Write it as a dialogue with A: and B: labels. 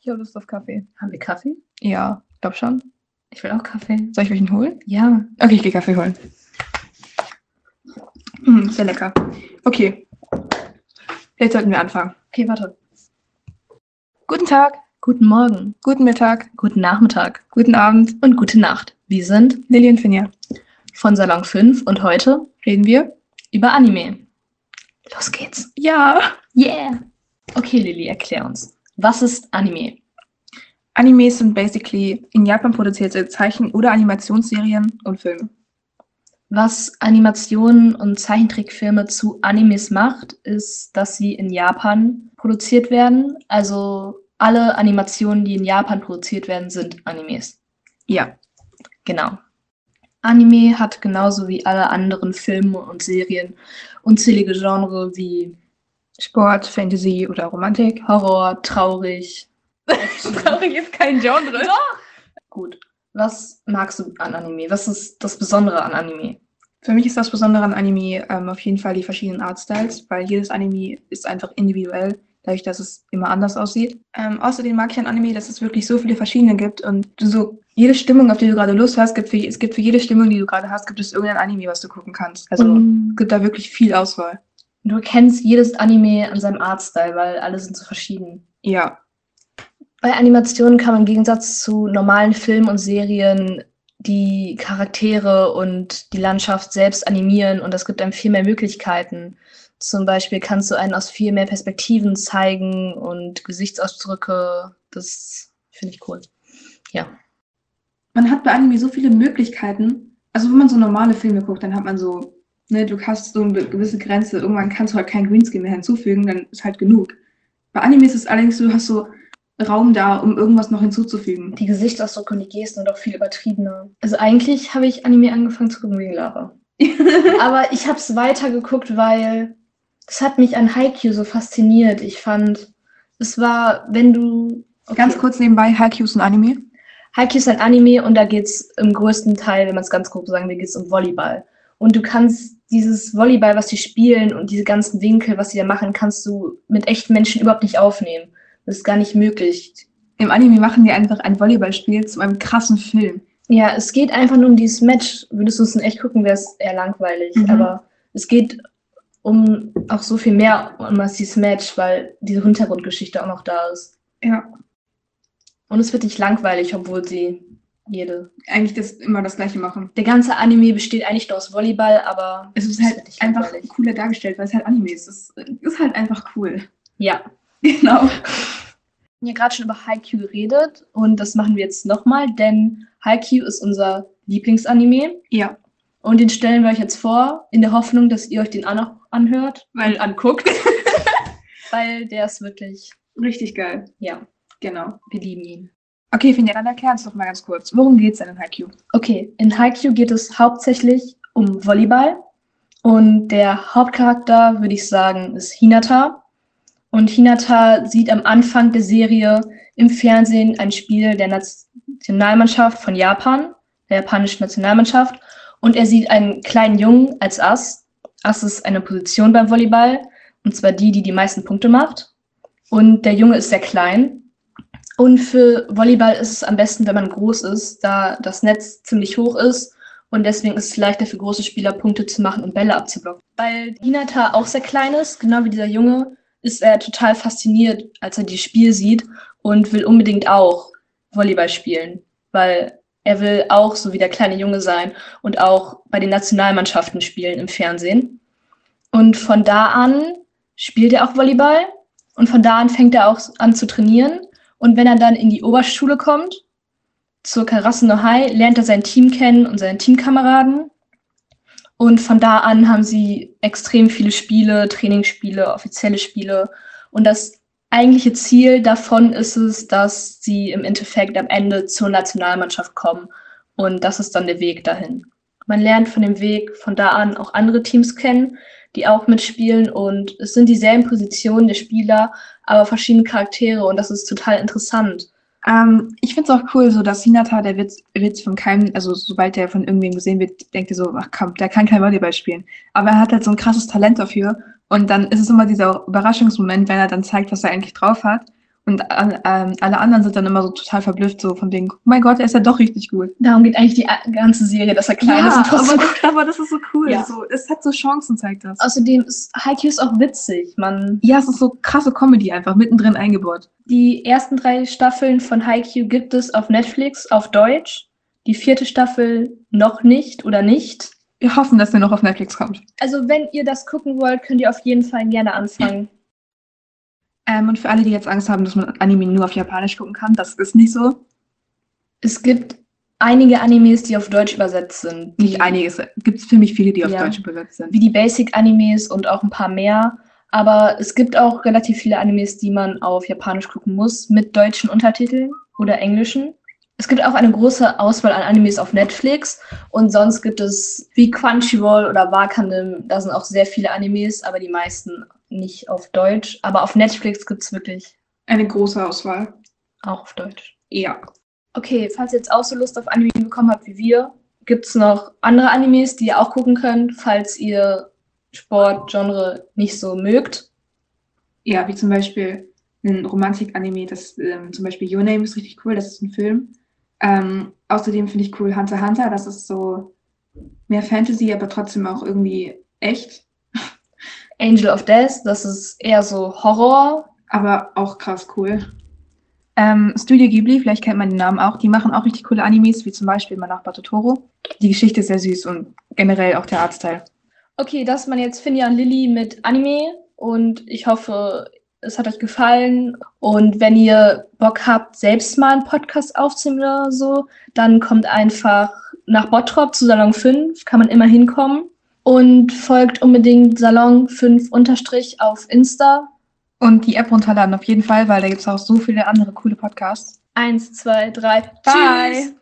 A: Ich habe Lust auf Kaffee.
B: Haben wir Kaffee?
A: Ja, glaub schon.
B: Ich will auch Kaffee.
A: Soll ich welchen holen?
B: Ja.
A: Okay, ich gehe Kaffee holen. Mm, sehr lecker. Okay. Jetzt sollten wir anfangen.
B: Okay, warte.
A: Guten Tag,
B: Guten Morgen,
A: guten Mittag,
B: guten Nachmittag
A: guten Abend.
B: und gute Nacht. Wir sind
A: Lilly und Finja.
B: von Salon 5 und heute
A: Reden wir?
B: über Anime. Los geht's.
A: Ja.
B: Yeah. Okay, Lilly, erklär uns. Was ist Anime?
A: Animes sind basically in Japan produzierte Zeichen- oder Animationsserien und Filme.
B: Was Animationen und Zeichentrickfilme zu Animes macht, ist, dass sie in Japan produziert werden. Also alle Animationen, die in Japan produziert werden, sind Animes.
A: Ja.
B: Genau. Anime hat genauso wie alle anderen Filme und Serien unzählige Genre wie
A: Sport, Fantasy oder Romantik.
B: Horror, traurig.
A: Traurig ist kein Genre.
B: Gut. Was magst du an Anime? Was ist das Besondere an Anime?
A: Für mich ist das Besondere an Anime ähm, auf jeden Fall die verschiedenen Artstyles, weil jedes Anime ist einfach individuell, dadurch, dass es immer anders aussieht. Ähm, außerdem mag ich an Anime, dass es wirklich so viele verschiedene gibt und du so jede Stimmung, auf die du gerade Lust hast, gibt für, es gibt für jede Stimmung, die du gerade hast, gibt es irgendein Anime, was du gucken kannst. Also es gibt da wirklich viel Auswahl.
B: du erkennst jedes Anime an seinem Artstyle, weil alle sind so verschieden.
A: Ja,
B: Bei Animationen kann man im Gegensatz zu normalen Filmen und Serien die Charaktere und die Landschaft selbst animieren und das gibt einem viel mehr Möglichkeiten. Zum Beispiel kannst du einen aus viel mehr Perspektiven zeigen und Gesichtsausdrücke. Das finde ich cool.
A: man hat bei Anime so viele Möglichkeiten. Also wenn man so normale Filme guckt, dann hat man so, ne, du hast so eine gewisse Grenze. Irgendwann kannst du halt kein Greenscreen mehr hinzufügen, dann ist halt genug. Bei Anime ist es allerdings, du hast so Raum da, um irgendwas noch hinzuzufügen.
B: Die Gesichtsausdrücke und die Gesten sind auch viel übertriebener. Also eigentlich habe ich Anime angefangen zu gucken wegen Lara. Aber ich habe es weitergeguckt, weil es hat mich an Haikyuu so fasziniert. Ich fand, es war, wenn du...
A: Ganz
B: Okay.
A: kurz nebenbei, Haikyuu ist ein Anime.
B: Haikyuu ist ein Anime und da geht es im größten Teil, wenn man es ganz grob sagen will, geht es um Volleyball. Und du kannst dieses Volleyball, was die spielen und diese ganzen Winkel, was sie da machen, kannst du mit echten Menschen überhaupt nicht aufnehmen. Das ist gar nicht möglich.
A: Im Anime machen die einfach ein Volleyballspiel zu einem krassen Film.
B: Ja, es geht einfach nur um dieses Match. Würdest du es in echt gucken, wäre es eher langweilig.
A: Mhm.
B: Aber es geht um auch so viel mehr um als dieses Match, weil diese Hintergrundgeschichte auch noch da ist.
A: Ja.
B: Und es wird nicht langweilig, obwohl sie jede.
A: Eigentlich das immer das Gleiche machen.
B: Der ganze Anime besteht eigentlich nur aus Volleyball, aber
A: Es ist
B: Das
A: halt
B: find ich
A: einfach
B: langweilig.
A: cooler dargestellt, weil es halt Anime ist. Es ist halt einfach cool.
B: ja.
A: Genau.
B: Wir haben ja gerade schon über Haikyuu geredet und das machen wir jetzt nochmal, denn Haikyuu ist unser Lieblingsanime
A: Ja.
B: und den stellen wir euch jetzt vor, in der Hoffnung, dass ihr euch den auch noch anhört
A: Weil-
B: und anguckt. Weil der ist wirklich,
A: Richtig geil.
B: ja,
A: Genau.
B: wir lieben ihn.
A: Okay, Finja, dann erklär uns doch mal ganz kurz. Worum geht's denn in Haikyuu?
B: Okay, in Haikyuu geht es hauptsächlich um Volleyball und der Hauptcharakter, würde ich sagen, ist Hinata. Und Hinata sieht am Anfang der Serie im Fernsehen ein Spiel der Nationalmannschaft von Japan, der japanischen Nationalmannschaft. Und er sieht einen kleinen Jungen als Ass. Ass ist eine Position beim Volleyball, und zwar die, die die meisten Punkte macht. Und der Junge ist sehr klein. Und für Volleyball ist es am besten, wenn man groß ist, da das Netz ziemlich hoch ist. Und deswegen ist es leichter für große Spieler, Punkte zu machen und Bälle abzublocken. Weil Hinata auch sehr klein ist, genau wie dieser Junge, ist er total fasziniert, als er dieses Spiel sieht und will unbedingt auch Volleyball spielen. Weil er will auch so wie der kleine Junge sein und auch bei den Nationalmannschaften spielen im Fernsehen. Und von da an spielt er auch Volleyball und von da an fängt er auch an zu trainieren. Und wenn er dann in die Oberschule kommt, zur Karasuno High, lernt er sein Team kennen und seine Teamkameraden. Und von da an haben sie extrem viele Spiele, Trainingsspiele, offizielle Spiele. Und das eigentliche Ziel davon ist es, dass sie im Endeffekt am Ende zur Nationalmannschaft kommen. Und das ist dann der Weg dahin. Man lernt von dem Weg von da an auch andere Teams kennen, die auch mitspielen. Und es sind dieselben Positionen der Spieler, aber verschiedene Charaktere. Und das ist total interessant.
A: Ähm, ich find's auch cool, so dass Hinata, der wird, wird von keinem, also sobald der von irgendwem gesehen wird, denkt er so, ach komm, der kann kein Volleyball spielen. Aber er hat halt so ein krasses Talent dafür. Und dann ist es immer dieser Überraschungsmoment, wenn er dann zeigt, was er eigentlich drauf hat. Und all- ähm, alle anderen sind dann immer so total verblüfft, so von wegen, oh mein Gott, er ist ja doch richtig gut.
B: Darum geht eigentlich die a- ganze Serie, dass er klein ist und trotzdem
A: aber, das, aber das ist so cool.
B: Ja.
A: So, es hat so Chancen, zeigt das.
B: Außerdem ist Haikyuu ist auch witzig. Man,
A: Ja, es ist so krasse Comedy einfach mittendrin eingebaut.
B: die ersten drei Staffeln von Haikyuu gibt es auf Netflix auf Deutsch. Die vierte Staffel noch nicht oder nicht.
A: Wir hoffen, dass der noch auf Netflix kommt.
B: Also wenn ihr das gucken wollt, könnt ihr auf jeden Fall gerne anfangen.
A: Ähm, und für alle, die jetzt Angst haben, dass man Anime nur auf Japanisch gucken kann, das ist nicht so.
B: Es gibt einige Animes, die auf Deutsch übersetzt sind. die-
A: Nicht einiges. Gibt es für mich viele, die auf
B: Ja.
A: Deutsch übersetzt sind.
B: Wie die Basic-Animes und auch ein paar mehr. Aber es gibt auch relativ viele Animes, die man auf Japanisch gucken muss, mit deutschen Untertiteln oder englischen. Es gibt auch eine große Auswahl an Animes auf Netflix und sonst gibt es wie Crunchyroll oder Wakanim, da sind auch sehr viele Animes, aber die meisten nicht auf Deutsch. Aber auf Netflix gibt es wirklich
A: Eine große Auswahl.
B: auch auf Deutsch.
A: Ja.
B: Okay, falls ihr jetzt auch so Lust auf Anime bekommen habt wie wir, gibt es noch andere Animes, die ihr auch gucken könnt, falls ihr Sportgenre nicht so mögt.
A: Ja, wie zum Beispiel ein Romantik-Anime, das ähm, zum Beispiel Your Name ist richtig cool, das ist ein Film. Ähm, außerdem finde ich cool Hunter x Hunter, das ist so mehr Fantasy, aber trotzdem auch irgendwie echt,
B: Angel of Death, das ist eher so Horror.
A: aber auch krass cool. Ähm, Studio Ghibli, vielleicht kennt man den Namen auch, die machen auch richtig coole Animes, wie zum Beispiel Mein Nachbar Totoro. Die Geschichte ist sehr süß und generell auch der Artstyle.
B: Okay, das waren jetzt Finja und Lilly mit Anime und ich hoffe, es hat euch gefallen. Und wenn ihr Bock habt, selbst mal einen Podcast aufzunehmen oder so, dann kommt einfach nach Bottrop zu Salon 5, kann man immer hinkommen. Und folgt unbedingt Salon 5 unterstrich auf Insta.
A: Und die App runterladen auf jeden Fall, weil da gibt es auch so viele andere coole Podcasts.
B: Eins, zwei, drei.
A: Bye.
B: Tschüss.